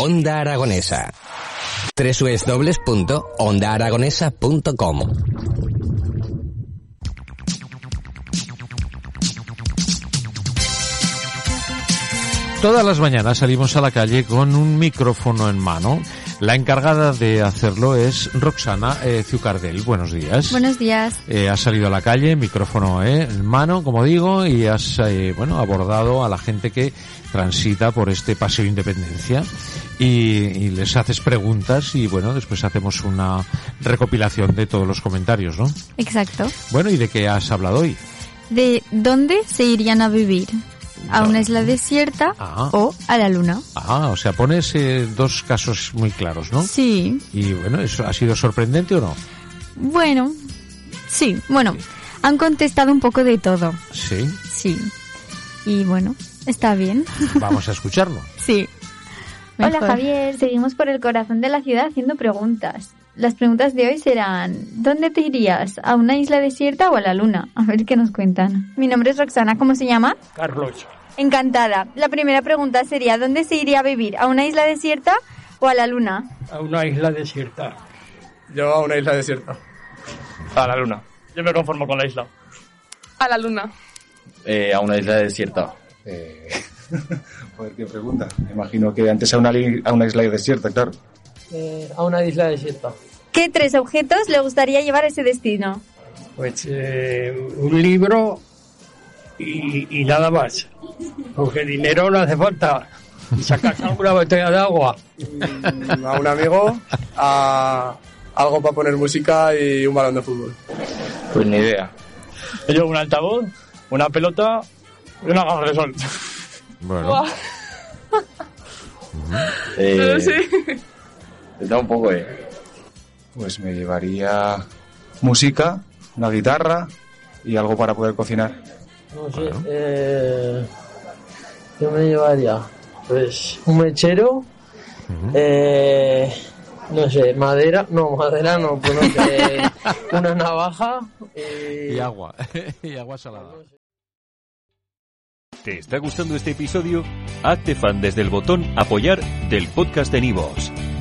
Onda Aragonesa. www.ondaaragonesa.com Todas las mañanas salimos a la calle con un micrófono en mano. La encargada de hacerlo es Roxana eh, Ciucardel. Buenos días. Buenos días. Eh, has salido a la calle, micrófono eh, en mano, como digo, y has eh, bueno abordado a la gente que transita por este paseo Independencia y, y les haces preguntas y bueno después hacemos una recopilación de todos los comentarios, ¿no? Exacto. Bueno y de qué has hablado hoy. ¿De dónde se irían a vivir? ¿A una isla desierta Ah. o a la luna? Ah, o sea pones eh, dos casos muy claros, ¿no? Sí. Y bueno, ¿eso ha sido sorprendente o no? Bueno, sí. Bueno, han contestado un poco de todo. Sí. Sí. Y bueno, está bien. Vamos a escucharlo. Sí. Hola Mejor. Javier, seguimos por el corazón de la ciudad haciendo preguntas. Las preguntas de hoy serán, ¿dónde te irías? ¿A una isla desierta o a la luna? A ver qué nos cuentan. Mi nombre es Roxana, ¿cómo se llama? Carlos, Encantada. La primera pregunta sería, ¿dónde se iría a vivir? ¿A una isla desierta o a la luna? a una isla desierta. Yo a una isla desierta. A la luna. Yo me conformo con la isla. A la luna. Eh, a una isla desierta. Eh, joder, qué pregunta. Me imagino que antes a una, li- a una isla desierta, claro. Eh, a una isla desierta. ¿Qué tres objetos le gustaría llevar a ese destino? Pues eh, un libro y, y nada más. Porque dinero no hace falta. Y Sacas alguna botella de agua. Mm, A un amigo, a algo para poner música y un balón de fútbol. Pues ni idea. Yo un altavoz, una pelota y una garra de sol. Bueno, Eh, No lo sé. Está un poco, eh. Pues me llevaría música, una guitarra y algo para poder cocinar. No sé, eh, yo me llevaría pues un mechero, eh, no sé, madera, no, madera no, pues no sé, una navaja y- y agua. y agua salada. ¿Te está gustando este episodio? Hazte fan desde el botón Apoyar del podcast de Nivos.